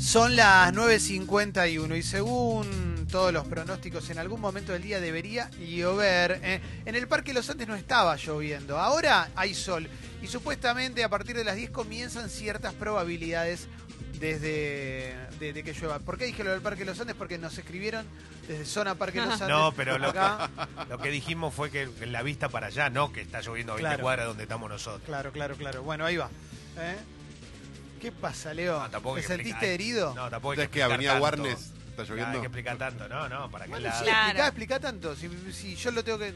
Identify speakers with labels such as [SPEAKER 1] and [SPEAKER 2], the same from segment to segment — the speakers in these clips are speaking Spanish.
[SPEAKER 1] Son las 9.51 y según todos los pronósticos, en algún momento del día debería llover. ¿eh? En el Parque Los Andes no estaba lloviendo, ahora hay sol y supuestamente a partir de las 10 comienzan ciertas probabilidades desde de, de que llueva. ¿Por qué dije lo del Parque Los Andes? Porque nos escribieron desde zona Parque Los Andes.
[SPEAKER 2] No, pero lo,
[SPEAKER 1] acá.
[SPEAKER 2] lo que dijimos fue que la vista para allá, no que está lloviendo a 20
[SPEAKER 1] Claro.
[SPEAKER 2] cuadras donde estamos nosotros.
[SPEAKER 1] Claro, claro, claro. Bueno, ahí va. ¿eh? ¿Qué pasa, Leo?
[SPEAKER 2] No, Ah, tampoco hay
[SPEAKER 1] ¿Te
[SPEAKER 2] que
[SPEAKER 1] sentiste
[SPEAKER 2] explicar-
[SPEAKER 1] herido?
[SPEAKER 2] No, tampoco hay
[SPEAKER 3] ¿Sabes que
[SPEAKER 2] explicar
[SPEAKER 3] Avenida
[SPEAKER 2] tanto.
[SPEAKER 3] Warnes está
[SPEAKER 2] Claro, hay
[SPEAKER 3] lloviendo?
[SPEAKER 2] que explicar tanto, no, no, para que
[SPEAKER 1] Bueno,
[SPEAKER 2] la...
[SPEAKER 1] sí,
[SPEAKER 4] Claro.
[SPEAKER 1] explicá, explicá tanto. Si, si yo lo tengo que.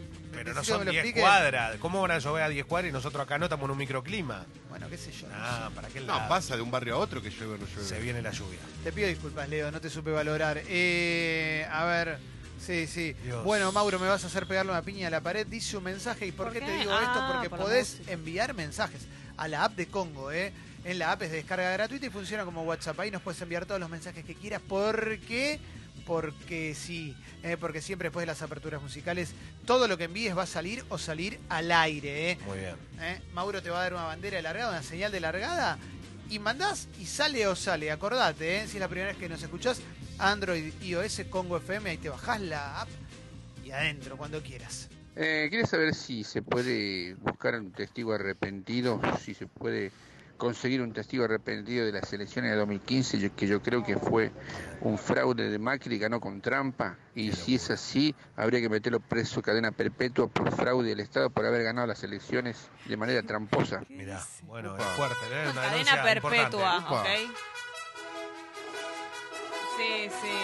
[SPEAKER 1] necesito
[SPEAKER 2] Pero no
[SPEAKER 1] que
[SPEAKER 2] son
[SPEAKER 1] me lo
[SPEAKER 2] 10
[SPEAKER 1] expliquen.
[SPEAKER 2] cuadras. ¿Cómo van a llover a 10 cuadras y nosotros acá no estamos en un microclima?
[SPEAKER 1] Bueno, qué sé yo. no
[SPEAKER 2] Ah, para qué
[SPEAKER 3] No,
[SPEAKER 2] lado?
[SPEAKER 3] pasa de un barrio a otro que llueve o no llueve.
[SPEAKER 2] Se viene la lluvia.
[SPEAKER 1] sé. Te pido disculpas, Leo, no te supe valorar. Eh, a ver. Sí, sí.
[SPEAKER 2] Dios.
[SPEAKER 1] Bueno, Mauro, me vas a hacer pegarle una piña a la pared. Dice un mensaje. ¿Y por,
[SPEAKER 4] ¿Por
[SPEAKER 1] qué, te
[SPEAKER 4] qué?
[SPEAKER 1] digo esto?
[SPEAKER 4] Ah,
[SPEAKER 1] Porque
[SPEAKER 4] por la
[SPEAKER 1] podés
[SPEAKER 4] música.
[SPEAKER 1] enviar mensajes a la app de Congo, ¿eh? En la app es de descarga gratuita y funciona como WhatsApp. Ahí nos puedes enviar todos los mensajes que quieras. Porque. Porque sí, eh, porque siempre después de las aperturas musicales, todo lo que envíes va a salir o salir al aire. ¿eh?
[SPEAKER 2] Muy bien.
[SPEAKER 1] ¿eh? Mauro te va a dar una bandera de largada, una señal de largada, y mandás y sale o sale. Acordate, ¿eh? si es la primera vez que nos escuchás, Android, iOS, Congo FM, ahí te bajás la app y adentro, cuando quieras.
[SPEAKER 5] Eh, quería saber si se puede buscar un testigo arrepentido, si se puede conseguir un testigo arrepentido de las elecciones de 2015, yo- que yo creo que fue un fraude de Macri, ganó con trampa, y si es así, habría que meterlo preso cadena perpetua por fraude del Estado por haber ganado las elecciones de manera tramposa.
[SPEAKER 2] Mirá, bueno,
[SPEAKER 3] Upa.
[SPEAKER 2] es fuerte. ¿eh? Una
[SPEAKER 4] Cadena
[SPEAKER 2] denuncia
[SPEAKER 4] perpetua, Ah,
[SPEAKER 2] importante.
[SPEAKER 3] Upa.
[SPEAKER 4] ¿ok? Sí, sí.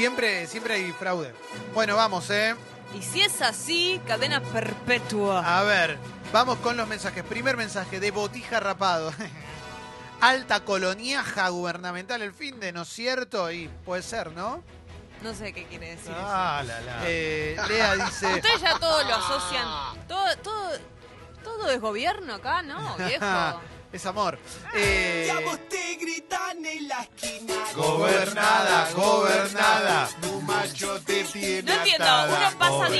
[SPEAKER 1] Siempre, siempre hay fraude. Bueno, vamos, ¿eh?
[SPEAKER 4] Y si es así, cadena perpetua.
[SPEAKER 1] A ver, vamos con los mensajes. Primer mensaje de Botija Rapado. Alta coloniaja gubernamental el fin de, ¿no es cierto? Y puede ser, ¿no?
[SPEAKER 4] No sé qué quiere decir.
[SPEAKER 2] Ah, la, la.
[SPEAKER 1] Eh, Lea dice...
[SPEAKER 4] Ustedes ya todo lo
[SPEAKER 1] Ah.
[SPEAKER 4] asocian. Todo, todo, todo es gobierno acá, ¿no, viejo?
[SPEAKER 1] Ah, es amor. Eh,
[SPEAKER 6] te gritan en la esquina.
[SPEAKER 1] Gobernada, gobernada,
[SPEAKER 3] tu macho te tiene
[SPEAKER 4] No entiendo, uno pasa
[SPEAKER 2] Gobernada.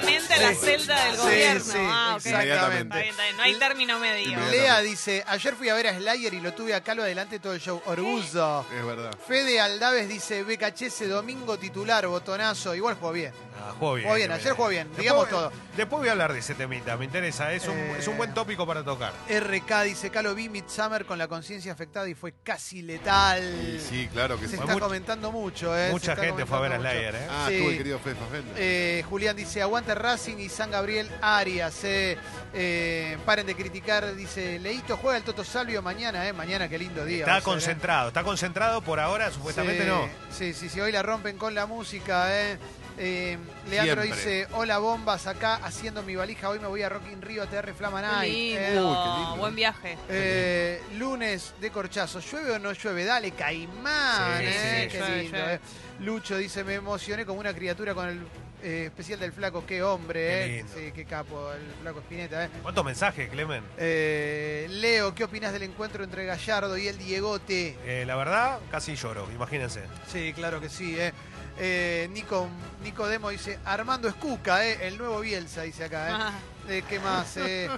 [SPEAKER 4] directamente a la
[SPEAKER 1] Sí.
[SPEAKER 4] celda del
[SPEAKER 1] Sí,
[SPEAKER 4] gobierno.
[SPEAKER 1] sí,
[SPEAKER 4] ah, ok.
[SPEAKER 1] exactamente.
[SPEAKER 4] Está bien, está bien, No hay término medio.
[SPEAKER 3] Inmediatamente.
[SPEAKER 1] Lea dice, ayer fui a ver a Slayer y lo tuve a Calvo adelante todo el show. Orgullo.
[SPEAKER 3] Es verdad.
[SPEAKER 1] Fede Aldaves dice, BKHS, domingo titular, botonazo. Igual jugó bien.
[SPEAKER 2] Ah, jugó bien.
[SPEAKER 1] Jugó bien, ayer jugó bien, digamos todo.
[SPEAKER 2] Después voy a hablar de ese temita, me interesa. Es un,
[SPEAKER 1] Eh.
[SPEAKER 2] es un buen tópico para tocar.
[SPEAKER 1] RK dice, Calo vi Midsummer con la conciencia afectada y fue casi letal.
[SPEAKER 3] Y sí, claro que
[SPEAKER 1] Se
[SPEAKER 3] sí.
[SPEAKER 1] está
[SPEAKER 2] much-
[SPEAKER 1] comentando mucho, ¿eh? Se
[SPEAKER 2] Mucha
[SPEAKER 1] está
[SPEAKER 2] gente fue a ver a
[SPEAKER 1] comentando
[SPEAKER 2] Slayer,
[SPEAKER 1] mucho.
[SPEAKER 2] ¿eh?
[SPEAKER 3] Ah,
[SPEAKER 1] Sí.
[SPEAKER 3] estuvo el querido Fede Fafenda.
[SPEAKER 1] Eh, Julián dice, aguante Racing y San Gabriel Arias. eh. Eh, paren de criticar, dice, Leito juega el Toto Salvio mañana, ¿eh? Mañana, qué lindo día. va
[SPEAKER 2] Está
[SPEAKER 1] a ser, ¿eh?
[SPEAKER 2] concentrado, está concentrado por ahora, supuestamente
[SPEAKER 1] Sí,
[SPEAKER 2] no.
[SPEAKER 1] Sí, sí, sí, hoy la rompen con la música, ¿eh? Eh, Leandro
[SPEAKER 3] Siempre.
[SPEAKER 1] dice, hola bombas, acá haciendo mi valija, hoy me voy a Rock in Rio, TR Flama
[SPEAKER 4] Qué
[SPEAKER 1] Night. ¿eh?
[SPEAKER 4] lindo. Buen viaje.
[SPEAKER 1] Eh, lunes de corchazo, llueve o no llueve, dale, caimán,
[SPEAKER 2] Sí,
[SPEAKER 1] ¿eh?
[SPEAKER 2] sí.
[SPEAKER 1] Qué
[SPEAKER 4] Llueve,
[SPEAKER 1] lindo,
[SPEAKER 4] llueve.
[SPEAKER 1] ¿eh? Lucho dice, me emocioné como una criatura con el eh, especial del flaco, qué hombre,
[SPEAKER 2] Qué
[SPEAKER 1] ¿eh?
[SPEAKER 2] lindo.
[SPEAKER 1] Sí, qué capo, el flaco Espineta, ¿eh?
[SPEAKER 2] ¿Cuántos mensajes, Clemen?
[SPEAKER 1] Eh, Leo, ¿qué opinas del encuentro entre Gallardo y el Diegote?
[SPEAKER 2] Eh, la verdad, casi lloro, imagínense.
[SPEAKER 1] Sí, claro que sí. Eh. Eh, Nico, Nicodemo dice, Armando Escuca, eh, el nuevo Bielsa, dice acá. Eh.
[SPEAKER 4] Ah,
[SPEAKER 1] Eh, ¿Qué más? eh?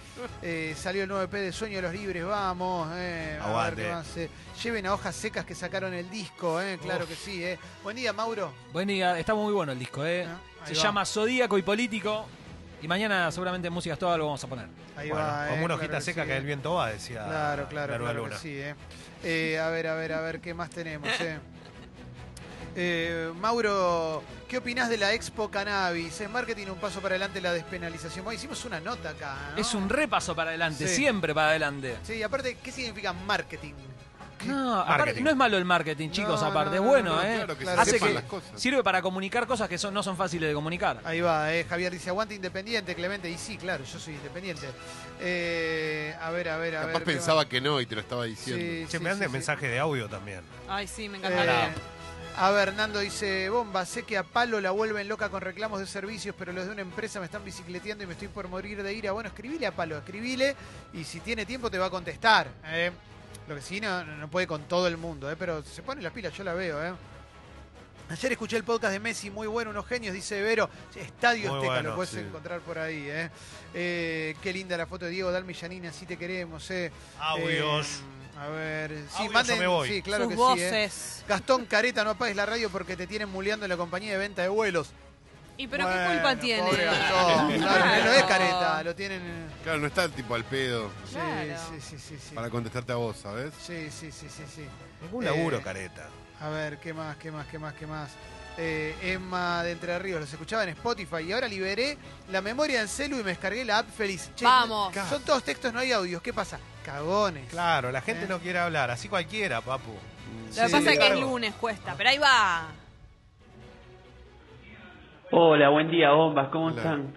[SPEAKER 1] Eh, salió el 9P de Sueño de los Libres, vamos. eh, a ver
[SPEAKER 2] Aguante.
[SPEAKER 1] qué más, eh. Lleven a hojas secas que sacaron el disco, eh, claro que sí. Eh. Buen día, Mauro.
[SPEAKER 7] Buen día, está muy bueno el disco, ¿eh?
[SPEAKER 1] Ah, ahí
[SPEAKER 7] Se
[SPEAKER 1] va.
[SPEAKER 7] llama Zodíaco y Político. Y mañana seguramente en Músicas Todas lo vamos a poner.
[SPEAKER 1] Ahí
[SPEAKER 2] Bueno,
[SPEAKER 1] va. eh,
[SPEAKER 2] como
[SPEAKER 1] claro
[SPEAKER 2] una hojita
[SPEAKER 1] que
[SPEAKER 2] seca
[SPEAKER 1] sí,
[SPEAKER 2] que
[SPEAKER 1] eh.
[SPEAKER 2] el viento va, decía
[SPEAKER 1] Claro, claro, claro
[SPEAKER 2] Nerva
[SPEAKER 1] que
[SPEAKER 2] Ah, Luna.
[SPEAKER 1] sí. eh. Eh, a ver, a ver, a ver, ¿qué más tenemos? eh? Eh, Mauro, ¿qué opinás de la Expo Cannabis? En marketing un paso para adelante la despenalización. Bueno, hicimos una nota acá. ¿no?
[SPEAKER 7] Es un repaso para adelante,
[SPEAKER 1] Ah. Sí.
[SPEAKER 7] siempre para adelante.
[SPEAKER 1] Sí, y aparte, ¿qué significa marketing?
[SPEAKER 7] No, aparte,
[SPEAKER 2] Marketing.
[SPEAKER 7] no es malo el marketing, chicos,
[SPEAKER 1] No, no,
[SPEAKER 7] aparte. es
[SPEAKER 1] no,
[SPEAKER 7] bueno,
[SPEAKER 1] no,
[SPEAKER 7] ¿eh?
[SPEAKER 3] Claro que
[SPEAKER 1] claro.
[SPEAKER 3] se
[SPEAKER 7] Hace
[SPEAKER 3] sepan
[SPEAKER 7] que-
[SPEAKER 3] las cosas.
[SPEAKER 7] Sirve para comunicar cosas que son- no son fáciles de comunicar.
[SPEAKER 1] Ahí va, eh, Javier dice, aguante independiente, Clemente. Y sí, claro, yo soy independiente. Eh, a ver, a ver, a ver.
[SPEAKER 3] Capaz
[SPEAKER 1] ¿qué
[SPEAKER 3] pensaba
[SPEAKER 1] más?
[SPEAKER 3] que no y te lo estaba
[SPEAKER 1] Sí,
[SPEAKER 3] diciendo.
[SPEAKER 1] sí,
[SPEAKER 2] Che, me dan
[SPEAKER 1] sí, sí.
[SPEAKER 2] mensajes de audio también.
[SPEAKER 4] Ay, sí, me
[SPEAKER 1] Eh,
[SPEAKER 4] encantará.
[SPEAKER 1] a ver, Hernando dice, bomba, sé que a Palo la vuelven loca con reclamos de servicios, pero los de una empresa me están bicicleteando y me estoy por morir de ira. Bueno, escribile a Palo, escribile y si tiene tiempo te va a contestar. ¿eh? Lo que sí, no, no puede con todo el mundo, ¿eh? pero se pone la pila, yo la veo. ¿eh? Ayer escuché el podcast de Messi, muy bueno, unos genios, dice Vero. Che, Estadio
[SPEAKER 2] Muy
[SPEAKER 1] Azteca,
[SPEAKER 2] bueno,
[SPEAKER 1] lo puedes
[SPEAKER 2] sí.
[SPEAKER 1] encontrar por ahí, ¿eh? Eh, Qué linda la foto de Diego Dalmillanina, así te queremos, ¿eh?
[SPEAKER 2] Audios.
[SPEAKER 1] Eh, a ver, sí,
[SPEAKER 2] Audios,
[SPEAKER 1] manden,
[SPEAKER 2] yo me voy.
[SPEAKER 1] sí, claro
[SPEAKER 4] Sus
[SPEAKER 1] que sí. ¿eh?
[SPEAKER 4] voces.
[SPEAKER 1] Gastón Careta, no apagues la radio porque te tienen muleando en la compañía de venta de vuelos.
[SPEAKER 4] ¿Y pero
[SPEAKER 1] Bueno,
[SPEAKER 4] qué culpa tiene?
[SPEAKER 1] pobre Gastón, claro, no es careta, lo tienen. eh,
[SPEAKER 3] Claro, no está el tipo al pedo
[SPEAKER 1] sí,
[SPEAKER 4] Claro.
[SPEAKER 1] sí, sí, sí, sí.
[SPEAKER 3] para contestarte a vos, ¿sabes?
[SPEAKER 1] Sí, sí, sí, sí, sí.
[SPEAKER 2] Ningún
[SPEAKER 1] Eh,
[SPEAKER 2] laburo, careta.
[SPEAKER 1] A ver, ¿qué más, qué más, qué más, qué más? Eh, Emma de Entre Ríos, los escuchaba en Spotify y ahora liberé la memoria del celu y me descargué la app feliz. Che,
[SPEAKER 4] Vamos.
[SPEAKER 1] Son todos textos, no hay audios. ¿Qué pasa? Cagones.
[SPEAKER 2] Claro, la gente
[SPEAKER 1] Eh.
[SPEAKER 2] no quiere hablar, así cualquiera, papu.
[SPEAKER 4] Lo que
[SPEAKER 1] Sí,
[SPEAKER 4] pasa es que
[SPEAKER 2] claro.
[SPEAKER 4] es lunes, cuesta, pero ahí va.
[SPEAKER 8] Hola, buen día, bombas, ¿cómo
[SPEAKER 3] Hola.
[SPEAKER 8] están?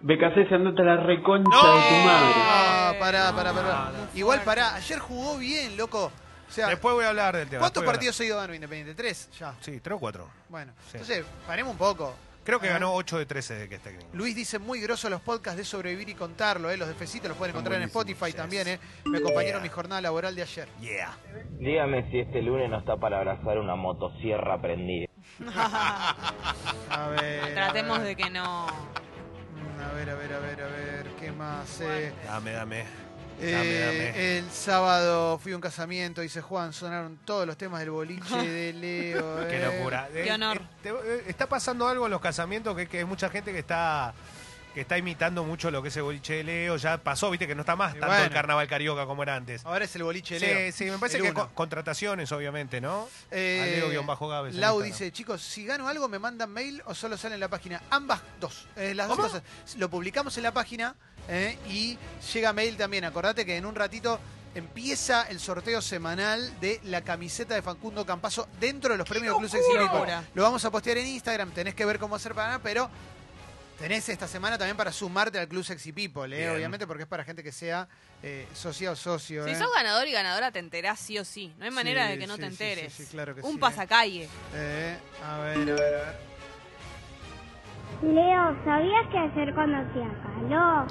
[SPEAKER 8] BKC se andate a la reconcha
[SPEAKER 2] ¡No!
[SPEAKER 8] de tu madre.
[SPEAKER 1] Ah,
[SPEAKER 4] Eh,
[SPEAKER 1] pará, pará, pará.
[SPEAKER 2] no, no.
[SPEAKER 1] Igual pará, ayer jugó bien, loco. O sea,
[SPEAKER 2] Después voy a hablar del tema.
[SPEAKER 1] ¿cuántos
[SPEAKER 2] después voy a
[SPEAKER 1] partidos ha ido ganando Independiente? ¿Tres? Ya.
[SPEAKER 2] hablar. Sí, tres o cuatro.
[SPEAKER 1] Bueno,
[SPEAKER 2] Sí.
[SPEAKER 1] entonces, paremos un poco.
[SPEAKER 2] Creo que
[SPEAKER 1] Ah.
[SPEAKER 2] ganó 8 de 13 de que es técnico.
[SPEAKER 1] Luis dice muy grosos los podcasts de sobrevivir y contarlo, ¿eh? los de Fecito los pueden
[SPEAKER 3] Están
[SPEAKER 1] encontrar en
[SPEAKER 3] buenísimos,
[SPEAKER 1] Spotify
[SPEAKER 2] yes.
[SPEAKER 1] también. ¿eh? Me acompañaron
[SPEAKER 2] Yeah.
[SPEAKER 1] mi jornada laboral de ayer.
[SPEAKER 2] Yeah.
[SPEAKER 9] Dígame si este lunes no está para abrazar una motosierra prendida.
[SPEAKER 1] A ver,
[SPEAKER 4] Tratemos
[SPEAKER 1] a ver.
[SPEAKER 4] de que no.
[SPEAKER 1] Mm, A ver, a ver, a ver, a ver, ¿qué más? Eh,
[SPEAKER 2] Dame, dame. Dame,
[SPEAKER 1] eh,
[SPEAKER 2] dame.
[SPEAKER 1] el sábado fui a un casamiento, dice Juan, sonaron todos los temas del boliche de Leo.
[SPEAKER 2] Qué
[SPEAKER 1] eh.
[SPEAKER 2] locura.
[SPEAKER 4] Qué honor.
[SPEAKER 2] te- eh, está pasando algo en los casamientos que, que hay mucha gente que está que está imitando mucho lo que es el boliche de Leo. Ya pasó, viste, que no está más
[SPEAKER 1] Y
[SPEAKER 2] tanto el
[SPEAKER 1] bueno.
[SPEAKER 2] carnaval carioca como era antes.
[SPEAKER 1] Ahora es el boliche de
[SPEAKER 2] Sí,
[SPEAKER 1] Leo.
[SPEAKER 2] sí, me parece
[SPEAKER 1] el
[SPEAKER 2] que
[SPEAKER 1] uno.
[SPEAKER 2] co- contrataciones, obviamente, ¿no?
[SPEAKER 1] Eh,
[SPEAKER 2] Leo-Gávez en
[SPEAKER 1] Lau
[SPEAKER 2] Instagram.
[SPEAKER 1] dice, chicos, si gano algo me mandan mail o solo sale en la página. Ambas dos. Eh, las dos
[SPEAKER 2] ¿Cómo?
[SPEAKER 1] cosas. Lo publicamos en la página eh, y llega mail también. Acordate que en un ratito empieza el sorteo semanal de la camiseta de Facundo Campaso dentro de los premios Club Sexy
[SPEAKER 4] locura!
[SPEAKER 1] People. Lo vamos a postear en Instagram, tenés que ver cómo hacer para ganar, pero tenés esta semana también para sumarte al Club Sexy People, eh,
[SPEAKER 2] Bien.
[SPEAKER 1] obviamente porque es para gente que sea eh, socia o socio.
[SPEAKER 4] Si
[SPEAKER 1] eh.
[SPEAKER 4] sos ganador y ganadora, te enterás sí o sí. No hay manera
[SPEAKER 1] Sí,
[SPEAKER 4] de que no
[SPEAKER 1] sí,
[SPEAKER 4] te
[SPEAKER 1] sí,
[SPEAKER 4] enteres.
[SPEAKER 1] sí, sí, claro que
[SPEAKER 4] Un
[SPEAKER 1] sí, eh.
[SPEAKER 4] pasacalle.
[SPEAKER 1] Eh, a ver, a ver, a ver.
[SPEAKER 10] Leo, ¿sabías que ayer cuando hacía calor?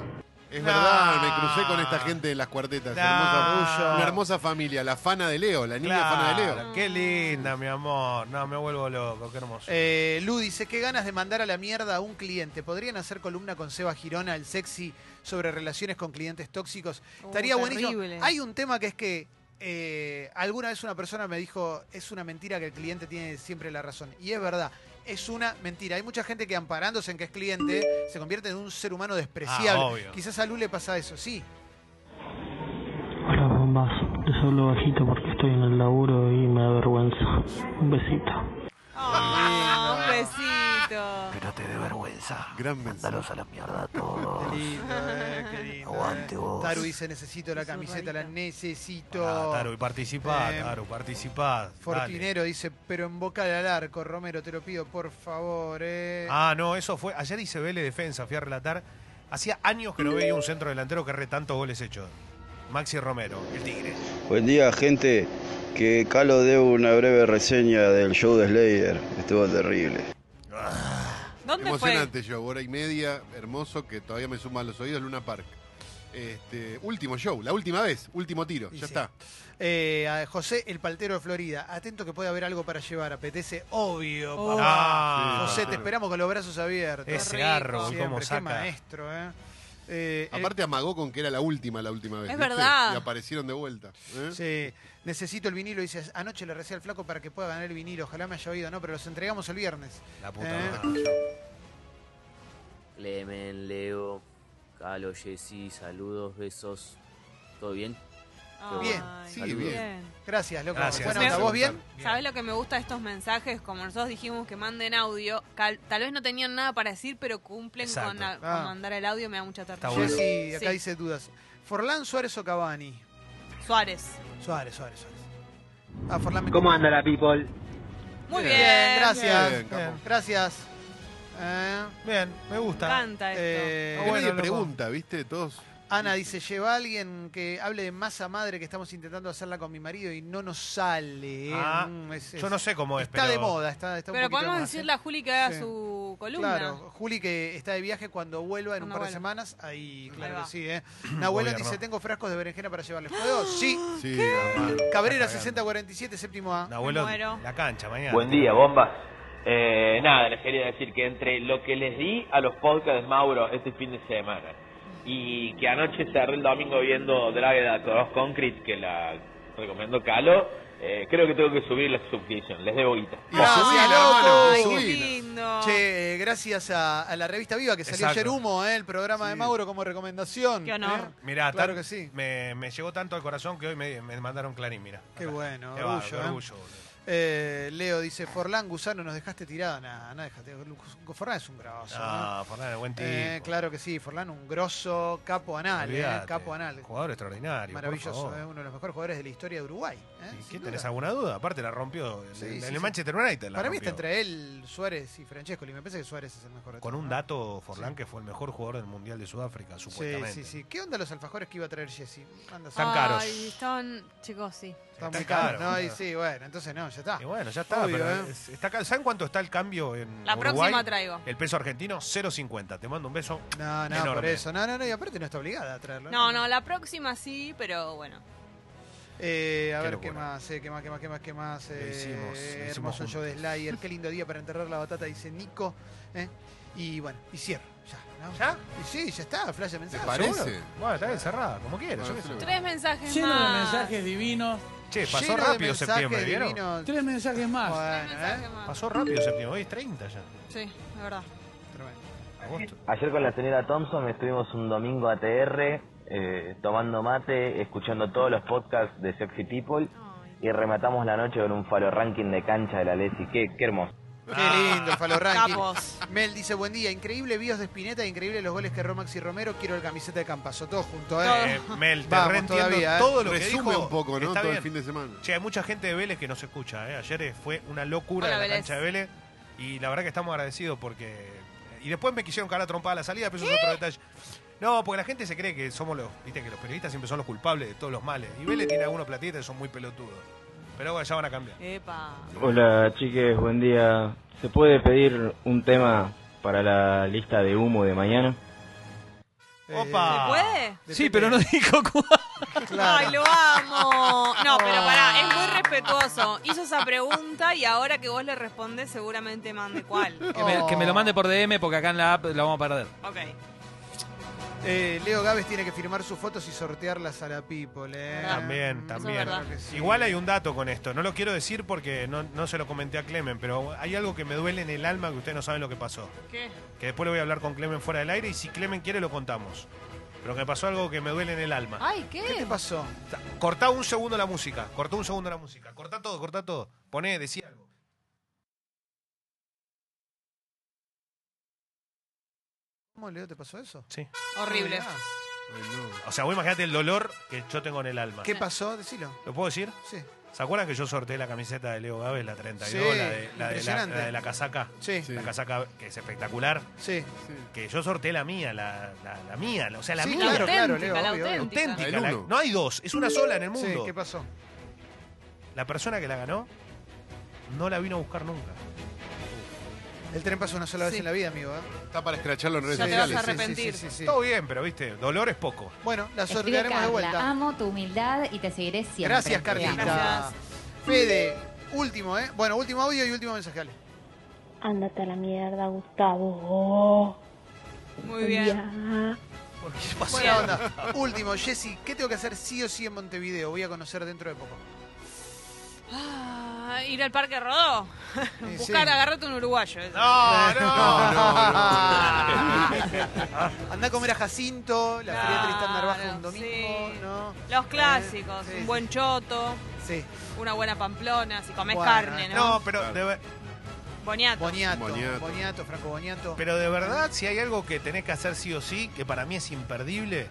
[SPEAKER 3] Es
[SPEAKER 2] Nah.
[SPEAKER 3] verdad, me crucé con esta gente de las cuartetas.
[SPEAKER 2] Nah.
[SPEAKER 3] hermosa- una hermosa familia, la fana de Leo, la niña fana de Leo.
[SPEAKER 2] Claro, Qué linda, mi amor. No, me vuelvo loco, qué hermoso.
[SPEAKER 1] Eh, Lu dice, qué ganas de mandar a la mierda a un cliente. ¿Podrían hacer columna con Seba Girona, el sexy, sobre relaciones con clientes tóxicos?
[SPEAKER 4] Uh,
[SPEAKER 1] Estaría buenísimo.
[SPEAKER 4] terrible.
[SPEAKER 1] Hay un tema que es que eh, alguna vez una persona me dijo, es una mentira que el cliente tiene siempre la razón. Y es verdad, es una mentira. Hay mucha gente que amparándose en que es cliente, se convierte en un ser humano
[SPEAKER 2] Ah,
[SPEAKER 1] despreciable.
[SPEAKER 2] obvio.
[SPEAKER 1] Quizás a Lu le pasa eso, sí.
[SPEAKER 8] Hola, bombas, les hablo bajito porque estoy en el laburo y me da vergüenza. Un besito.
[SPEAKER 4] Ah, un besito.
[SPEAKER 3] Gran mensaje.
[SPEAKER 1] Qué lindo, eh, qué lindo. eh. Taru dice, necesito la
[SPEAKER 4] Su
[SPEAKER 1] camiseta, la
[SPEAKER 4] rabito.
[SPEAKER 1] necesito.
[SPEAKER 2] Pará, Taru, y participá,
[SPEAKER 1] Eh,
[SPEAKER 2] Taru, participá.
[SPEAKER 1] Fortinero dice, pero en boca al arco, Romero, te lo pido, por favor. eh.
[SPEAKER 2] dale. Ah, no, eso fue. Ayer hice Vélez Defensa, fui a relatar. Hacía años que no veía un centro delantero que re tantos goles hechos. Maxi Romero, el tigre.
[SPEAKER 11] Buen día, gente. Que Calo debo una breve reseña del show de Slayer. Estuvo terrible.
[SPEAKER 4] ¿Dónde fue?
[SPEAKER 3] Emocionante yo, hora y media, hermoso, que todavía me suma a los oídos Luna Park. Este, último show, la última vez, último tiro,
[SPEAKER 1] Y
[SPEAKER 3] ya
[SPEAKER 1] sí.
[SPEAKER 3] está.
[SPEAKER 1] Eh, a José, el paltero de Florida. Atento que puede haber algo para llevar. Apetece, obvio.
[SPEAKER 4] Oh.
[SPEAKER 1] papá.
[SPEAKER 2] Ah,
[SPEAKER 3] Sí,
[SPEAKER 1] José, te
[SPEAKER 3] claro.
[SPEAKER 1] esperamos con los brazos abiertos.
[SPEAKER 2] Ese
[SPEAKER 4] rico.
[SPEAKER 2] árbol,
[SPEAKER 1] Siempre,
[SPEAKER 2] cómo
[SPEAKER 1] qué
[SPEAKER 2] saca.
[SPEAKER 1] maestro, eh. Eh, el-
[SPEAKER 3] Aparte amagó con que era la última la última vez.
[SPEAKER 4] Es
[SPEAKER 3] ¿viste?
[SPEAKER 4] verdad.
[SPEAKER 3] Y aparecieron de vuelta. ¿eh?
[SPEAKER 1] Sí, necesito el vinilo. Dice, anoche le recé al flaco para que pueda ganar el vinilo. Ojalá me haya oído, no, pero los entregamos el viernes.
[SPEAKER 2] La
[SPEAKER 1] Eh.
[SPEAKER 2] puta madre.
[SPEAKER 3] Escuchó.
[SPEAKER 12] Clemen, Leo, Calo, Jessy, saludos, besos. ¿Todo bien?
[SPEAKER 1] Bien,
[SPEAKER 4] Ay,
[SPEAKER 3] sí, bien.
[SPEAKER 1] Gracias, loco.
[SPEAKER 2] Gracias.
[SPEAKER 1] Bueno,
[SPEAKER 4] Gracias.
[SPEAKER 1] ¿vos bien?
[SPEAKER 4] ¿Sabes lo que me gusta de estos mensajes? Como nosotros dijimos que manden audio, cal- tal vez no tenían nada para decir, pero cumplen con,
[SPEAKER 2] Exacto.
[SPEAKER 4] a- con
[SPEAKER 1] Ah.
[SPEAKER 4] mandar el audio, me da mucha
[SPEAKER 2] Está
[SPEAKER 4] ternura.
[SPEAKER 2] bueno.
[SPEAKER 1] Jessy, acá
[SPEAKER 4] Sí.
[SPEAKER 1] dice dudas. ¿Forlán, Suárez o Cavani?
[SPEAKER 4] Suárez.
[SPEAKER 1] Suárez, Suárez, Suárez. Ah, Forlán. me-
[SPEAKER 8] ¿Cómo anda la people?
[SPEAKER 4] Muy bien.
[SPEAKER 1] Bien, gracias.
[SPEAKER 3] Bien, capo.
[SPEAKER 2] Bien.
[SPEAKER 1] Gracias. Eh,
[SPEAKER 2] Bien, me
[SPEAKER 4] Me
[SPEAKER 2] gusta.
[SPEAKER 4] encanta esto.
[SPEAKER 1] eh,
[SPEAKER 3] Nadie
[SPEAKER 2] bueno, loco.
[SPEAKER 3] pregunta, ¿viste? Todos.
[SPEAKER 1] Ana dice, lleva a alguien que hable de masa madre que estamos intentando hacerla con mi marido y no nos sale. eh.
[SPEAKER 2] Ah,
[SPEAKER 1] Mm, es-
[SPEAKER 2] Yo
[SPEAKER 1] es-
[SPEAKER 2] no sé cómo es,
[SPEAKER 1] Está
[SPEAKER 2] pero-
[SPEAKER 1] de moda, está, está un
[SPEAKER 4] pero
[SPEAKER 1] poquito
[SPEAKER 4] podemos
[SPEAKER 1] de moda,
[SPEAKER 4] decirle
[SPEAKER 1] ¿eh?
[SPEAKER 4] a Juli que haga
[SPEAKER 1] Sí.
[SPEAKER 4] su columna.
[SPEAKER 1] Claro, Juli que está de viaje cuando vuelva en un
[SPEAKER 4] Cuando
[SPEAKER 1] par de
[SPEAKER 4] vuelva.
[SPEAKER 1] semanas, ahí claro
[SPEAKER 4] Ahí
[SPEAKER 1] que
[SPEAKER 4] va.
[SPEAKER 1] sí, ¿eh? Nahuel
[SPEAKER 2] Gobierno.
[SPEAKER 1] dice, tengo frascos de berenjena para llevarles. ¿Puedo? Sí.
[SPEAKER 3] Sí,
[SPEAKER 2] Ah,
[SPEAKER 1] Cabrera
[SPEAKER 2] está cagando.
[SPEAKER 1] 6047, séptimo A.
[SPEAKER 2] Abuelo,
[SPEAKER 4] Me muero.
[SPEAKER 2] la cancha mañana.
[SPEAKER 9] Buen día, bombas. Eh, nada, les quería decir que entre lo que les di a los podcasts Mauro este fin de semana y que anoche cerré el domingo viendo Dragon at Cross Concrete, que la recomiendo Calo, eh, creo que tengo que subir la subscripción, les debo
[SPEAKER 3] ah,
[SPEAKER 9] guita.
[SPEAKER 1] Gracias,
[SPEAKER 3] hermano,
[SPEAKER 1] loco.
[SPEAKER 3] subilo.
[SPEAKER 1] Ay, qué lindo. Che, eh, gracias a, a la revista Viva que salió
[SPEAKER 2] Exacto.
[SPEAKER 1] ayer humo, eh, el programa de Mauro como recomendación.
[SPEAKER 4] Qué honor.
[SPEAKER 1] eh.
[SPEAKER 2] Mirá,
[SPEAKER 1] Claro
[SPEAKER 2] tan-
[SPEAKER 1] que sí.
[SPEAKER 2] Me, me llegó tanto al corazón que hoy me, me mandaron Clarín, mira.
[SPEAKER 1] Qué bueno,
[SPEAKER 2] Qué
[SPEAKER 1] orgullo,
[SPEAKER 2] bárbaro,
[SPEAKER 1] eh.
[SPEAKER 2] orgullo, boludo.
[SPEAKER 1] Eh, Leo dice, Forlán, Gusano, nos dejaste tirada. Nada, nada, dejate. Forlán es un grosso. ¿no?
[SPEAKER 2] No, Fernández, buen tipo.
[SPEAKER 1] Eh, claro que sí, Forlán un grosso capo anal, eh,
[SPEAKER 2] Olvídate.
[SPEAKER 1] capo anal.
[SPEAKER 2] Jugador extraordinario. por
[SPEAKER 1] Maravilloso,
[SPEAKER 2] favor.
[SPEAKER 1] eh, uno de los mejores jugadores de la historia de Uruguay. eh,
[SPEAKER 2] ¿Y
[SPEAKER 1] sin
[SPEAKER 2] ¿Qué
[SPEAKER 1] duda.
[SPEAKER 2] tenés alguna duda? Aparte la rompió en-
[SPEAKER 1] Sí,
[SPEAKER 2] en
[SPEAKER 1] sí,
[SPEAKER 2] el
[SPEAKER 1] sí.
[SPEAKER 2] Manchester United. La
[SPEAKER 1] Para mí está
[SPEAKER 2] rompió.
[SPEAKER 1] entre él, Suárez y Francesco. Y me parece que Suárez es el mejor. de
[SPEAKER 2] Con
[SPEAKER 1] todos,
[SPEAKER 2] un
[SPEAKER 1] ¿no?
[SPEAKER 2] dato, Forlán, que fue el mejor jugador del Mundial de Sudáfrica,
[SPEAKER 1] Sí,
[SPEAKER 2] supuestamente.
[SPEAKER 1] sí, sí. ¿Qué onda los alfajores que iba a traer Jesse? Anda,
[SPEAKER 2] Están
[SPEAKER 1] sabe.
[SPEAKER 2] caros.
[SPEAKER 4] Ay, están, chicos, sí.
[SPEAKER 1] Está
[SPEAKER 2] Está
[SPEAKER 1] muy caro,
[SPEAKER 2] caro,
[SPEAKER 1] ¿no? Y
[SPEAKER 2] claro.
[SPEAKER 1] sí, bueno, entonces no, ya está.
[SPEAKER 2] Y bueno, ya está.
[SPEAKER 1] Obvio,
[SPEAKER 2] pero
[SPEAKER 1] ¿eh?
[SPEAKER 2] es- está acá. ¿Saben cuánto está el cambio en
[SPEAKER 4] La
[SPEAKER 2] Uruguay?
[SPEAKER 4] próxima traigo.
[SPEAKER 2] El peso argentino, 0.50. Te mando un beso.
[SPEAKER 1] No, no, por
[SPEAKER 2] Enorme.
[SPEAKER 1] eso. No, no, no, y aparte no está obligada a traerlo.
[SPEAKER 4] No, no, la próxima sí, pero bueno.
[SPEAKER 1] Eh, a
[SPEAKER 2] Qué
[SPEAKER 1] ver,
[SPEAKER 2] locura.
[SPEAKER 1] ¿qué más? eh? ¿Qué más? ¿Qué más? ¿Qué más? ¿Qué más?
[SPEAKER 2] Lo
[SPEAKER 1] Eh,
[SPEAKER 2] hicimos, lo hicimos
[SPEAKER 1] hermoso show de
[SPEAKER 2] juntos.
[SPEAKER 1] Slayer. Qué lindo día para enterrar la batata, dice Nico. eh. Y bueno, y cierro. Ya, ¿no?
[SPEAKER 2] ¿Ya?
[SPEAKER 1] Y sí, ya está, flash de mensaje.
[SPEAKER 3] parece?
[SPEAKER 1] seguro.
[SPEAKER 2] Bueno, está encerrada, como quieras.
[SPEAKER 3] Bueno,
[SPEAKER 2] yo qué sé.
[SPEAKER 3] sí.
[SPEAKER 4] Tres mensajes
[SPEAKER 6] Lleno
[SPEAKER 7] Ah.
[SPEAKER 6] de
[SPEAKER 4] más.
[SPEAKER 6] mensajes divinos.
[SPEAKER 2] Che, pasó
[SPEAKER 1] Lleno de
[SPEAKER 2] rápido
[SPEAKER 1] mensajes
[SPEAKER 2] septiembre, ¿vieron?
[SPEAKER 1] divinos.
[SPEAKER 6] Tres mensajes más.
[SPEAKER 4] Tres
[SPEAKER 1] Bueno,
[SPEAKER 4] mensajes
[SPEAKER 1] ¿eh?
[SPEAKER 4] más.
[SPEAKER 2] Pasó rápido septiembre, hoy es 30 ya.
[SPEAKER 4] Sí, de verdad.
[SPEAKER 1] Tremendo.
[SPEAKER 2] Agosto.
[SPEAKER 9] Ayer con la señora Thompson estuvimos un domingo ATR eh, tomando mate, escuchando todos los podcasts de Sexy People
[SPEAKER 4] Ay.
[SPEAKER 9] y rematamos la noche con un falo ranking de cancha de la Lesi. Qué, qué hermoso.
[SPEAKER 2] Ah.
[SPEAKER 1] Qué lindo el Falo Ranking.
[SPEAKER 4] Capos.
[SPEAKER 1] Mel dice, buen día, increíble bios de Spinetta, increíble los goles que erró Maxi Romero, quiero el camiseta de Campazo, todo junto, ¿eh?
[SPEAKER 2] Eh, Mel, te
[SPEAKER 1] Vamos
[SPEAKER 2] reentiendo
[SPEAKER 1] todavía, ¿eh?
[SPEAKER 2] todo lo que
[SPEAKER 3] Resume
[SPEAKER 2] dijo.
[SPEAKER 3] un poco, ¿no?
[SPEAKER 2] Está
[SPEAKER 3] Todo
[SPEAKER 2] bien.
[SPEAKER 3] el fin de semana.
[SPEAKER 2] Che, hay mucha gente de Vélez que nos escucha. ¿eh? Ayer eh, fue una locura
[SPEAKER 4] Hola,
[SPEAKER 2] en la
[SPEAKER 4] Vélez.
[SPEAKER 2] cancha de Vélez. Y la verdad que estamos agradecidos porque. eh, Y después me quisieron cagar a trompada a la salida, pero eso es otro detalle. No, porque la gente se cree que somos los. Viste que los periodistas siempre son los culpables de todos los males. Y Vélez tiene algunos platistas que son muy pelotudos. Pero bueno, ya van a cambiar.
[SPEAKER 4] Epa.
[SPEAKER 9] Hola chiques, buen día. ¿Se puede pedir un tema para la lista de humo de mañana?
[SPEAKER 1] Eh,
[SPEAKER 2] Opa. Ah.
[SPEAKER 4] ¿Se puede?
[SPEAKER 7] Sí,
[SPEAKER 1] depende-
[SPEAKER 7] pero no dijo cuál.
[SPEAKER 1] Claro. Ah.
[SPEAKER 4] Ay, lo amo. No, pero pará, es muy respetuoso. Hizo esa pregunta y ahora que vos le respondes seguramente mande cuál.
[SPEAKER 7] Que, me, que me lo mande por DM porque acá en la app lo vamos a perder.
[SPEAKER 4] Ok.
[SPEAKER 1] Eh, Leo Gávez tiene que firmar sus fotos y sortearlas a la people, ¿eh?
[SPEAKER 4] Verdad.
[SPEAKER 2] También,
[SPEAKER 4] Ah, Eso es
[SPEAKER 2] también.
[SPEAKER 4] verdad.
[SPEAKER 1] Claro que sí.
[SPEAKER 2] Igual hay un dato con esto. No lo quiero decir porque no, no se lo comenté a Clemen, pero hay algo que me duele en el alma que ustedes no saben lo que pasó.
[SPEAKER 4] ¿Qué?
[SPEAKER 2] Que después lo voy a hablar con Clemen fuera del aire y si Clemen quiere lo contamos. Pero que me pasó algo que me duele en el alma.
[SPEAKER 4] Ay, ¿qué?
[SPEAKER 1] ¿Qué te pasó?
[SPEAKER 2] Ta- Cortá un segundo la música. Cortá un segundo la música. Cortá todo, cortá todo. Poné, decí algo.
[SPEAKER 1] ¿Cómo, Leo, te pasó eso?
[SPEAKER 2] Sí.
[SPEAKER 4] Horrible.
[SPEAKER 1] Ah,
[SPEAKER 3] Ay, no.
[SPEAKER 2] O sea, vos imaginate el dolor que yo tengo en el alma.
[SPEAKER 1] ¿Qué pasó? Decilo.
[SPEAKER 2] ¿Lo puedo decir?
[SPEAKER 1] Sí.
[SPEAKER 2] ¿Se acuerdan que yo sorteé la camiseta de Leo Gávez, la 32,
[SPEAKER 1] Sí,
[SPEAKER 2] la, de, la de la,
[SPEAKER 1] impresionante.
[SPEAKER 2] la de la casaca?
[SPEAKER 1] Sí.
[SPEAKER 3] Sí.
[SPEAKER 1] Sí.
[SPEAKER 2] La casaca que es espectacular. Que yo sorteé la mía, la, la, la mía. O sea, la
[SPEAKER 1] Sí,
[SPEAKER 2] mía.
[SPEAKER 1] claro, claro, Leo,
[SPEAKER 4] auténtica, la
[SPEAKER 1] obvio, obvio.
[SPEAKER 4] auténtica.
[SPEAKER 2] auténtica.
[SPEAKER 3] El
[SPEAKER 2] la-
[SPEAKER 3] uno.
[SPEAKER 2] no hay dos, es una sola en el
[SPEAKER 1] Sí,
[SPEAKER 2] mundo.
[SPEAKER 1] ¿qué pasó?
[SPEAKER 2] la persona que la ganó no la vino a buscar nunca.
[SPEAKER 1] El tren pasa una sola vez
[SPEAKER 4] Sí.
[SPEAKER 1] en la vida, amigo, ¿eh?
[SPEAKER 3] Está para escracharlo en redes
[SPEAKER 4] Ya te vas a
[SPEAKER 1] Sí,
[SPEAKER 3] sociales.
[SPEAKER 1] sí,
[SPEAKER 4] arrepentir.
[SPEAKER 1] sí, sí, sí.
[SPEAKER 2] Todo bien, pero viste, dolor es poco.
[SPEAKER 1] Bueno, la sortearemos de vuelta.
[SPEAKER 13] amo tu humildad y te seguiré siempre.
[SPEAKER 1] Gracias, Carlita.
[SPEAKER 4] Gracias.
[SPEAKER 1] Fede, último, ¿eh? Bueno, último audio y último mensaje, dale.
[SPEAKER 10] Ándate a la mierda, Gustavo.
[SPEAKER 4] Muy bien.
[SPEAKER 10] Ya.
[SPEAKER 1] Buena onda. Último, Jessy, ¿qué tengo que hacer sí o sí en Montevideo? Voy a conocer dentro de poco.
[SPEAKER 4] Ah, ir al Parque Rodó.
[SPEAKER 1] sí.
[SPEAKER 4] Buscar, agarrate un uruguayo. eso.
[SPEAKER 2] No,
[SPEAKER 3] No,
[SPEAKER 2] no.
[SPEAKER 3] no, no.
[SPEAKER 1] Andá a comer a Jacinto, la feria
[SPEAKER 4] Claro,
[SPEAKER 1] Tristán Narvaja un domingo,
[SPEAKER 4] sí.
[SPEAKER 1] ¿no?
[SPEAKER 4] Los clásicos,
[SPEAKER 1] Sí, sí.
[SPEAKER 4] un buen choto,
[SPEAKER 1] Sí,
[SPEAKER 4] una buena pamplona, si comes
[SPEAKER 1] Bueno,
[SPEAKER 4] carne, ¿no?
[SPEAKER 2] No, pero de, ver-
[SPEAKER 4] Boniato.
[SPEAKER 1] Boniato, Boniato,
[SPEAKER 3] Boniato.
[SPEAKER 1] Franco Boniato.
[SPEAKER 2] pero de verdad, si hay algo que tenés que hacer sí o sí, que para mí es imperdible,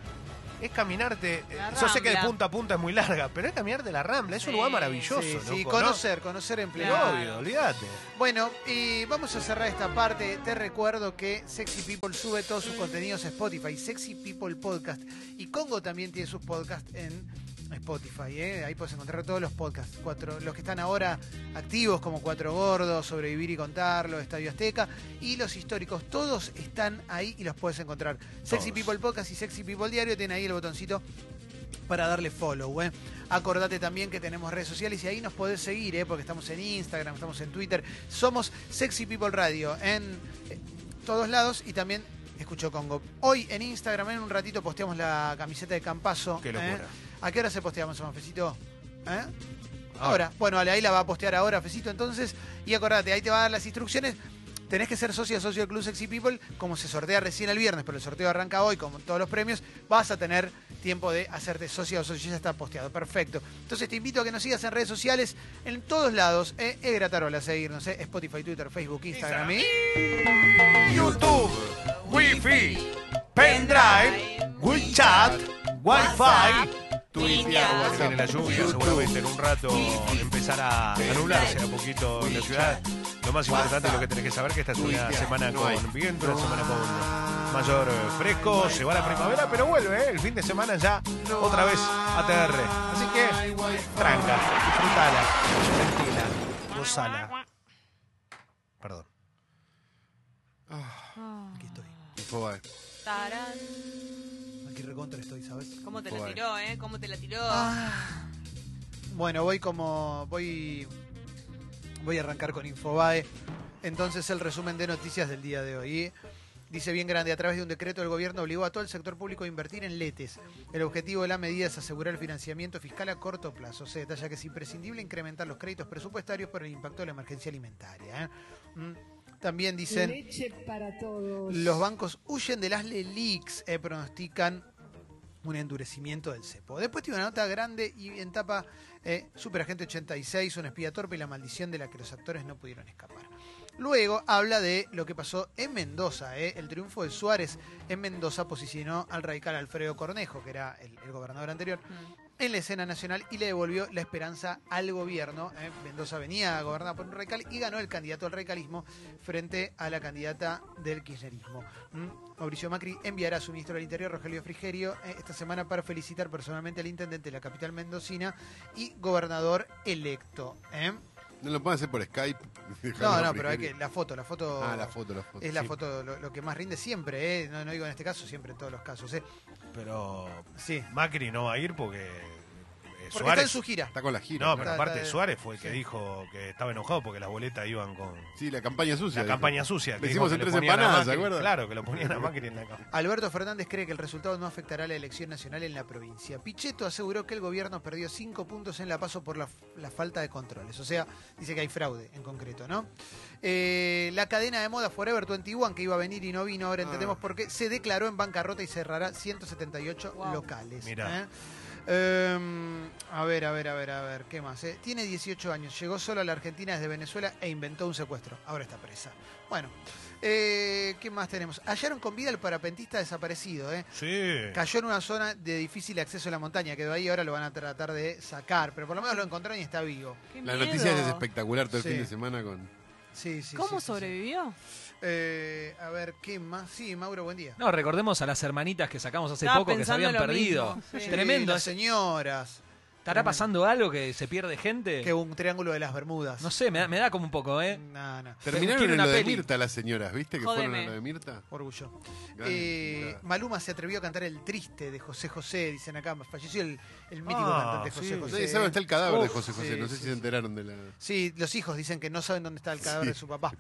[SPEAKER 2] es caminarte. eh,
[SPEAKER 4] La
[SPEAKER 2] Yo sé que de
[SPEAKER 4] Rambla.
[SPEAKER 2] punta a punta es muy larga, pero es caminarte la rambla, es un
[SPEAKER 4] Sí.
[SPEAKER 2] lugar maravilloso.
[SPEAKER 1] sí,
[SPEAKER 2] loco,
[SPEAKER 1] sí,
[SPEAKER 2] ¿no?
[SPEAKER 1] conocer, conocer en
[SPEAKER 2] Pero
[SPEAKER 1] pleno.
[SPEAKER 4] Claro.
[SPEAKER 2] obvio, olvídate.
[SPEAKER 1] Bueno, y vamos a cerrar esta parte. Te recuerdo que Sexy People sube todos sus contenidos a Spotify, Sexy People Podcast. Y Congo también tiene sus podcasts en Spotify. ¿eh? Ahí puedes encontrar todos los podcasts. Cuatro, los que están ahora activos, como Cuatro Gordos, Sobrevivir y Contarlo, Estadio Azteca. Y los históricos, todos están ahí y los puedes encontrar. Sexy
[SPEAKER 2] Todos.
[SPEAKER 1] People Podcast y Sexy People Diario tienen ahí el botoncito para darle follow. ¿eh? Acordate también que tenemos redes sociales y ahí nos podés seguir, ¿eh? porque estamos en Instagram, estamos en Twitter. Somos Sexy People Radio en eh, todos lados y también escucho Congo. Hoy en Instagram, en un ratito, posteamos la camiseta de Campazo. ¿eh?
[SPEAKER 2] Qué locura.
[SPEAKER 1] ¿A qué hora se postea más o menos, Fecito? ¿Eh? Ahora. Bueno, vale, ahí la va a postear ahora, Fecito, entonces. Y acordate, ahí te va a dar las instrucciones. Tenés que ser socio, socio del Club Sexy People, como se sortea recién el viernes, pero el sorteo arranca hoy, como todos los premios, vas a tener tiempo de hacerte socio o socio, ya está posteado, perfecto. Entonces te invito a que nos sigas en redes sociales, en todos lados, eh, Egratarola, seguirnos, eh, Spotify, Twitter, Facebook, Instagram, y...
[SPEAKER 2] YouTube, Wi-Fi, pendrive, WeChat, Wi-Fi. Twitter, viene la lluvia, seguramente en un rato empezará a anularse a poquito en la ciudad. Lo más importante es lo que tenés que saber que esta es una semana con viento, una semana con mayor eh, fresco, se va la primavera, pero vuelve, eh, el fin de semana ya otra vez ATR. Así que tranca, disfrutala, tranquila, gozala. Perdón.
[SPEAKER 1] Aquí estoy.
[SPEAKER 3] Infobae.
[SPEAKER 4] Ah, Tarán.
[SPEAKER 1] Aquí recontra estoy, ¿sabes?
[SPEAKER 4] ¿Cómo te la
[SPEAKER 1] Joder.
[SPEAKER 4] tiró, eh? ¿Cómo te la tiró?
[SPEAKER 1] Ah. Bueno, voy como. Voy. Voy a arrancar con Infobae. Entonces, el resumen de noticias del día de hoy. Dice bien grande, a través de un decreto el gobierno obligó a todo el sector público a invertir en letes. El objetivo de la medida es asegurar el financiamiento fiscal a corto plazo. Se detalla que es imprescindible incrementar los créditos presupuestarios por el impacto de la emergencia alimentaria. ¿eh? Mm. También dicen...
[SPEAKER 14] Leche para todos.
[SPEAKER 1] Los bancos huyen de las LELIX, eh, pronostican un endurecimiento del cepo. Después tiene una nota grande y en tapa eh, Superagente 86, un espía torpe y la maldición de la que los actores no pudieron escapar. Luego habla de lo que pasó en Mendoza. eh. El triunfo de Suárez en Mendoza posicionó al radical Alfredo Cornejo, que era el, el gobernador anterior, en la escena nacional y le devolvió la esperanza al gobierno. eh. Mendoza venía gobernada por un radical y ganó el candidato al radicalismo frente a la candidata del kirchnerismo. Mm. Mauricio Macri enviará a su ministro del Interior, Rogelio Frigerio, eh, esta semana para felicitar personalmente al intendente de la capital mendocina y gobernador electo. ¿eh?
[SPEAKER 3] ¿No lo pueden hacer por Skype?
[SPEAKER 1] No, no, pero hay que, la foto, la foto...
[SPEAKER 3] Ah, la foto, la foto.
[SPEAKER 1] Es la
[SPEAKER 3] Sí.
[SPEAKER 1] foto lo, lo que más rinde siempre, ¿eh? no, no digo en este caso, siempre en todos los casos. ¿eh?
[SPEAKER 2] Pero Macri no va a ir porque. eh,
[SPEAKER 1] Porque está en su gira. Está con la gira,
[SPEAKER 2] No,
[SPEAKER 1] claro.
[SPEAKER 2] pero
[SPEAKER 1] Está-
[SPEAKER 2] aparte
[SPEAKER 1] está-
[SPEAKER 2] Suárez fue el que
[SPEAKER 1] sí.
[SPEAKER 2] dijo que estaba enojado porque las boletas iban con.
[SPEAKER 3] Sí, la campaña sucia.
[SPEAKER 2] La
[SPEAKER 3] dijo.
[SPEAKER 2] campaña sucia. que
[SPEAKER 3] Le hicimos
[SPEAKER 2] dijo
[SPEAKER 3] en
[SPEAKER 2] que le
[SPEAKER 3] tres
[SPEAKER 2] ponían a
[SPEAKER 3] empanadas, ¿se
[SPEAKER 2] Macri.
[SPEAKER 3] acuerdan?
[SPEAKER 2] Claro, que lo ponían a Macri en la campaña.
[SPEAKER 1] Alberto Fernández cree que el resultado no afectará a la elección nacional en la provincia. Pichetto aseguró que el gobierno perdió cinco puntos en la paso por la, la falta de controles. O sea, dice que hay fraude en concreto, ¿no? Eh, la cadena de moda Forever 21, que iba a venir y no vino, ahora entendemos por qué, se declaró en bancarrota y cerrará 178
[SPEAKER 4] Wow.
[SPEAKER 1] locales.
[SPEAKER 2] Mirá.
[SPEAKER 1] ¿eh? Em, a ver, a ver, a ver, a ver, ¿qué más? eh? Tiene 18 años, llegó solo a la Argentina desde Venezuela e inventó un secuestro. Ahora está presa. Bueno, eh, ¿qué más tenemos? Hallaron con vida al parapentista desaparecido, ¿eh?
[SPEAKER 2] Sí.
[SPEAKER 1] Cayó en una zona de difícil acceso a la montaña, quedó ahí, ahora lo van a tratar de sacar, pero por lo menos lo encontraron y está vivo.
[SPEAKER 3] La noticia es
[SPEAKER 4] miedo.
[SPEAKER 3] espectacular todo el
[SPEAKER 1] Sí.
[SPEAKER 3] fin de semana con.
[SPEAKER 1] Sí, sí,
[SPEAKER 4] ¿Cómo
[SPEAKER 1] sí, sí, sí.
[SPEAKER 4] sobrevivió?
[SPEAKER 1] Eh, a ver, ¿qué más? Sí, Mauro, buen día.
[SPEAKER 7] No, recordemos a las hermanitas que sacamos hace
[SPEAKER 1] Estaba
[SPEAKER 7] poco que se
[SPEAKER 1] pensando
[SPEAKER 7] habían
[SPEAKER 1] lo
[SPEAKER 7] perdido.
[SPEAKER 1] mismo, sí.
[SPEAKER 7] Tremendo.
[SPEAKER 1] Sí, las señoras.
[SPEAKER 7] ¿Estará pasando algo que se pierde gente?
[SPEAKER 1] Que un triángulo de las Bermudas.
[SPEAKER 7] No sé, me da, me da como un poco, ¿eh?
[SPEAKER 1] No, no.
[SPEAKER 3] Terminaron
[SPEAKER 7] Quiero
[SPEAKER 3] en
[SPEAKER 7] una
[SPEAKER 3] lo de
[SPEAKER 7] peli.
[SPEAKER 3] Mirta las señoras, ¿viste? Que fueron a
[SPEAKER 1] Jódeme.
[SPEAKER 3] lo de Mirta.
[SPEAKER 1] Orgullo.
[SPEAKER 3] Gran
[SPEAKER 1] Eh,
[SPEAKER 3] figura.
[SPEAKER 1] Maluma se atrevió a cantar El Triste de José José, dicen acá. Falleció el, el mítico
[SPEAKER 3] Ah,
[SPEAKER 1] cantante José
[SPEAKER 3] sí.
[SPEAKER 1] José.
[SPEAKER 3] Nadie sabe dónde está el cadáver de
[SPEAKER 1] Uf,
[SPEAKER 3] José José.
[SPEAKER 1] sí,
[SPEAKER 3] no sé
[SPEAKER 1] sí,
[SPEAKER 3] si se enteraron de la.
[SPEAKER 1] Sí, los hijos dicen que no saben dónde está el cadáver
[SPEAKER 3] Sí.
[SPEAKER 1] de su papá.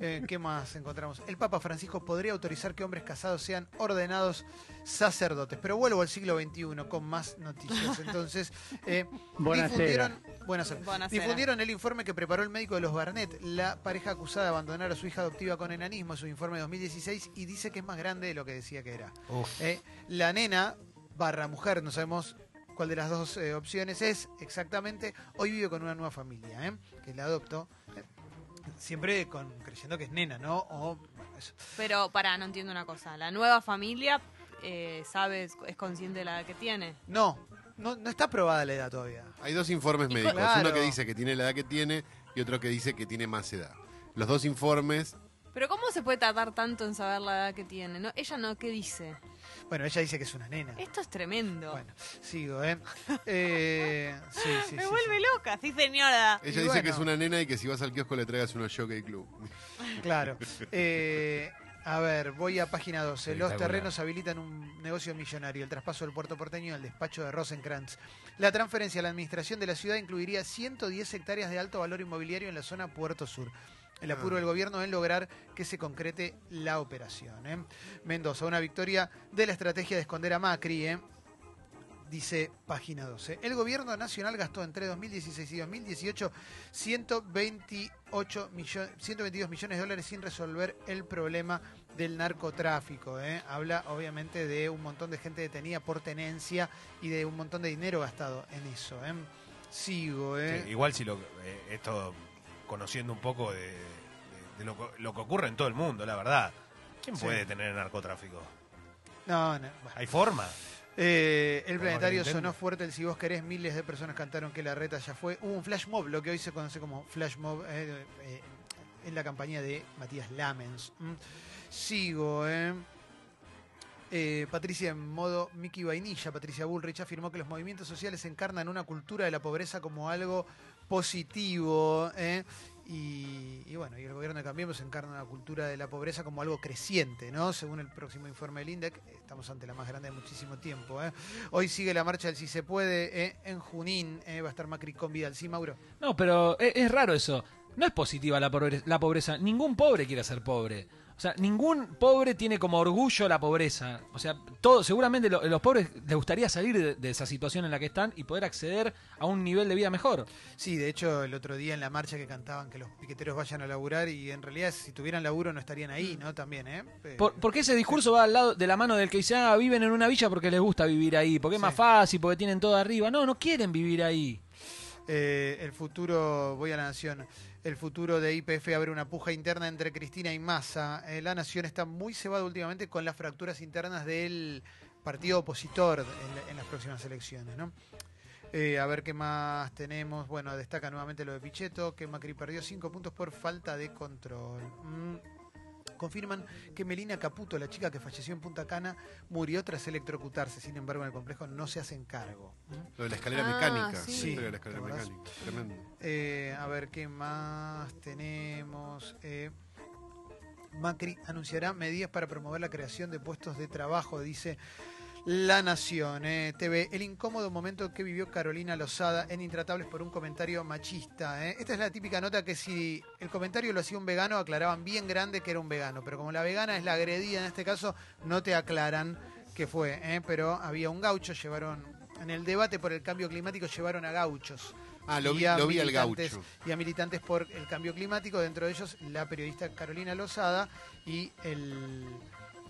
[SPEAKER 1] Eh, ¿Qué más encontramos? El Papa Francisco podría autorizar que hombres casados sean ordenados sacerdotes. Pero vuelvo al siglo XXI con más noticias. Entonces, eh,
[SPEAKER 15] Buenasera.
[SPEAKER 1] difundieron, buenas-
[SPEAKER 4] Buenasera.
[SPEAKER 1] difundieron el informe que preparó el médico de los Barnett, la pareja acusada de abandonar a su hija adoptiva con enanismo, su informe de 2016, y dice que es más grande de lo que decía que era. Eh, la nena barra mujer, no sabemos cuál de las dos eh, opciones es exactamente, hoy vive con una nueva familia, ¿eh? que la adoptó. eh, Siempre con, creyendo que es nena, ¿no? O, bueno, eso.
[SPEAKER 4] Pero pará, no entiendo una cosa. La nueva familia eh, sabe, es- es consciente de la edad que tiene.
[SPEAKER 1] No, no, no está probada la edad todavía.
[SPEAKER 3] Hay dos informes
[SPEAKER 1] Y
[SPEAKER 3] médicos.
[SPEAKER 1] claro.
[SPEAKER 3] Uno que dice que tiene la edad que tiene y otro que dice que tiene más edad. Los dos informes.
[SPEAKER 4] Pero ¿cómo se puede tardar tanto en saber la edad que tiene? No, ella no, ¿qué dice?
[SPEAKER 1] Bueno, ella dice que es una nena.
[SPEAKER 4] Esto es tremendo.
[SPEAKER 1] Sigo, ¿eh? Eh, sí, sí,
[SPEAKER 4] Me
[SPEAKER 1] sí, Eh,
[SPEAKER 4] vuelve loca, sí señora.
[SPEAKER 3] Ella dice que es una nena y que si vas al kiosco le traigas uno a Jockey Club.
[SPEAKER 1] Claro. Eh, A ver, voy a página 12. Los
[SPEAKER 2] Espectacular.
[SPEAKER 1] terrenos habilitan un negocio millonario, el traspaso del puerto porteño al despacho de Rosenkrantz. La transferencia a la administración de la ciudad incluiría 110 hectáreas de alto valor inmobiliario en la zona Puerto Sur. El apuro
[SPEAKER 2] Ah.
[SPEAKER 1] del gobierno en lograr que se concrete la operación. ¿eh? Mendoza, una victoria de la estrategia de esconder a Macri. ¿eh? Dice página 12. El gobierno nacional gastó entre 2016 y 2018 128 millo- 122 millones de dólares sin resolver el problema del narcotráfico. ¿eh? Habla obviamente de un montón de gente detenida por tenencia y de un montón de dinero gastado en eso. ¿eh? Sigo. ¿eh?
[SPEAKER 2] Sí, igual si lo eh, esto conociendo un poco de, de- de lo, co- lo que ocurre en todo el mundo, la verdad. ¿Quién
[SPEAKER 1] Sí.
[SPEAKER 2] puede detener el narcotráfico?
[SPEAKER 1] No, no, bueno.
[SPEAKER 2] ¿Hay forma?
[SPEAKER 1] Eh, el
[SPEAKER 2] Por favor,
[SPEAKER 1] planetario
[SPEAKER 2] intento.
[SPEAKER 1] sonó fuerte, el si vos querés, miles de personas cantaron que la reta ya fue. Hubo un flash mob, lo que hoy se conoce como flash mob, eh, eh, en la campaña de Matías Lamens. Mm. Sigo, eh. Eh, Patricia en modo Mickey Vainilla, Patricia Bullrich afirmó que los movimientos sociales encarnan una cultura de la pobreza como algo positivo. eh. Y, y bueno, y el gobierno de Cambiemos encarna la cultura de la pobreza como algo creciente, ¿no? Según el próximo informe del INDEC, estamos ante la más grande de muchísimo tiempo. ¿eh? Hoy sigue la marcha del Si se puede ¿eh? en Junín, ¿eh? va a estar Macri con Vidal. Sí, Mauro.
[SPEAKER 7] No, pero es, es raro eso. No es positiva la pobreza, la pobreza. Ningún pobre quiere ser pobre. O sea, ningún pobre tiene como orgullo la pobreza. O sea, todo, seguramente lo- los pobres les gustaría salir de, de esa situación en la que están y poder acceder a un nivel de vida mejor.
[SPEAKER 1] Sí, de hecho, el otro día en la marcha que cantaban que los piqueteros vayan a laburar y en realidad si tuvieran laburo no estarían ahí, ¿no? También, ¿eh? Eh,
[SPEAKER 7] Por- porque ese discurso va al lado de la mano del que dice, ah, viven en una villa porque les gusta vivir ahí, porque es más fácil, porque tienen todo arriba. No, no quieren vivir ahí.
[SPEAKER 1] Eh, el futuro, voy a la Nación, el futuro de IPF abre una puja interna entre Cristina y Massa. Eh, la Nación está muy cebada últimamente con las fracturas internas del partido opositor en, la- en las próximas elecciones, ¿no? Eh, a ver qué más tenemos. Bueno, destaca nuevamente lo de Pichetto, que Macri perdió 5 puntos por falta de control. Mm. Confirman que Melina Caputo, la chica que falleció en Punta Cana, murió tras electrocutarse. Sin embargo, en el complejo no se hacen cargo. Mm.
[SPEAKER 3] Lo de la escalera
[SPEAKER 1] Ah,
[SPEAKER 3] mecánica.
[SPEAKER 1] sí.
[SPEAKER 3] la
[SPEAKER 1] Sí,
[SPEAKER 3] historia de la
[SPEAKER 1] ¿te
[SPEAKER 3] escalera
[SPEAKER 1] acordás?
[SPEAKER 3] mecánica. Tremendo.
[SPEAKER 1] Eh, a ver qué más tenemos. Eh, Macri anunciará medidas para promover la creación de puestos de trabajo, dice La Nación. eh. TV, el incómodo momento que vivió Carolina Lozada en Intratables por un comentario machista. eh. Esta es la típica nota que si el comentario lo hacía un vegano, aclaraban bien grande que era un vegano. Pero como la vegana es la agredida en este caso, no te aclaran qué fue. eh. Pero había un gaucho, llevaron... En el debate por el cambio climático llevaron a gauchos
[SPEAKER 3] Ah, lo
[SPEAKER 1] y
[SPEAKER 3] vi,
[SPEAKER 1] a
[SPEAKER 3] lo vi al
[SPEAKER 1] militantes-
[SPEAKER 3] gaucho.
[SPEAKER 1] Y a militantes por el cambio climático, dentro de ellos la periodista Carolina Lozada y el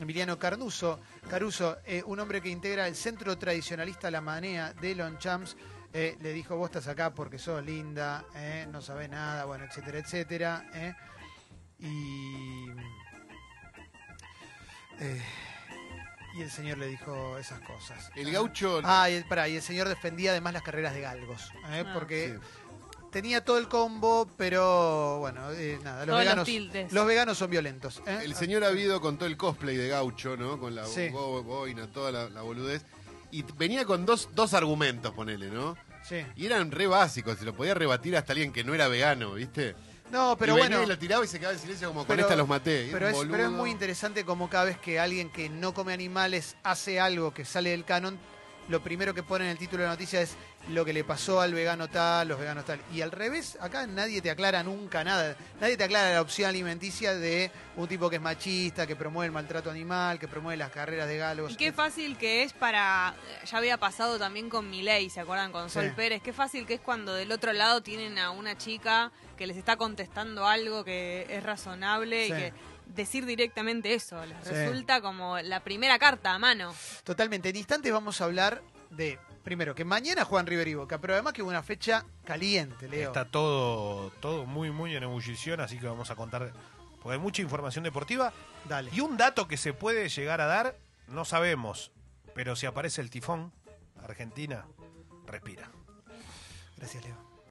[SPEAKER 1] Emiliano Carnuso. Caruso, eh, un hombre que integra el centro tradicionalista La Manea de Lonchamps, eh, le dijo, vos estás acá porque sos linda, eh, no sabés nada, bueno, etcétera, etcétera. eh. Y... eh, y el señor le dijo esas cosas.
[SPEAKER 3] El gaucho-
[SPEAKER 1] Ah, y el, pará, y el señor defendía además las carreras de galgos. ¿eh?
[SPEAKER 4] Ah.
[SPEAKER 1] Porque tenía todo el combo, pero bueno, eh, nada. Los
[SPEAKER 4] Todos los
[SPEAKER 1] veganos,
[SPEAKER 4] tildes.
[SPEAKER 1] los veganos son violentos. ¿eh?
[SPEAKER 3] El señor Avido con todo el cosplay de gaucho, ¿no? Con la
[SPEAKER 1] Sí.
[SPEAKER 3] bo- boina, toda la, la boludez. Y t- venía con dos, dos argumentos, ponele, ¿no?
[SPEAKER 1] Sí.
[SPEAKER 3] Y eran re básicos, se lo podía rebatir hasta alguien que no era vegano, ¿viste?
[SPEAKER 1] No, pero
[SPEAKER 3] y venía
[SPEAKER 1] bueno.
[SPEAKER 3] y lo tiraba y se quedaba en silencio como con
[SPEAKER 1] pero-
[SPEAKER 3] esta los maté. Y
[SPEAKER 1] Pero
[SPEAKER 3] un
[SPEAKER 1] es, pero
[SPEAKER 3] boludo.
[SPEAKER 1] es muy interesante como cada vez que alguien que no come animales hace algo que sale del canon, lo primero que pone en el título de la noticia es lo que le pasó al vegano tal, los veganos tal. Y al revés, acá nadie te aclara nunca nada. Nadie te aclara la opción alimenticia de un tipo que es machista, que promueve el maltrato animal, que promueve las carreras de galgos.
[SPEAKER 4] Y qué fácil que es para. eh, Ya había pasado también con Milei, ¿se acuerdan? Con Sol
[SPEAKER 1] Sí.
[SPEAKER 4] Pérez. Qué fácil que es cuando del otro lado tienen a una chica que les está contestando algo que es razonable
[SPEAKER 1] Sí.
[SPEAKER 4] y que decir directamente eso les
[SPEAKER 1] Sí.
[SPEAKER 4] resulta como la primera carta a mano.
[SPEAKER 1] Totalmente. En instantes vamos a hablar de, primero, que mañana juegan River y Boca, pero además que hubo una fecha caliente, Leo.
[SPEAKER 2] Está todo, todo muy, muy en ebullición, así que vamos a contar. Porque hay mucha información deportiva.
[SPEAKER 1] Dale.
[SPEAKER 2] Y un dato que se puede llegar a dar, no sabemos. Pero si aparece el tifón, Argentina respira.
[SPEAKER 1] Gracias, Leo.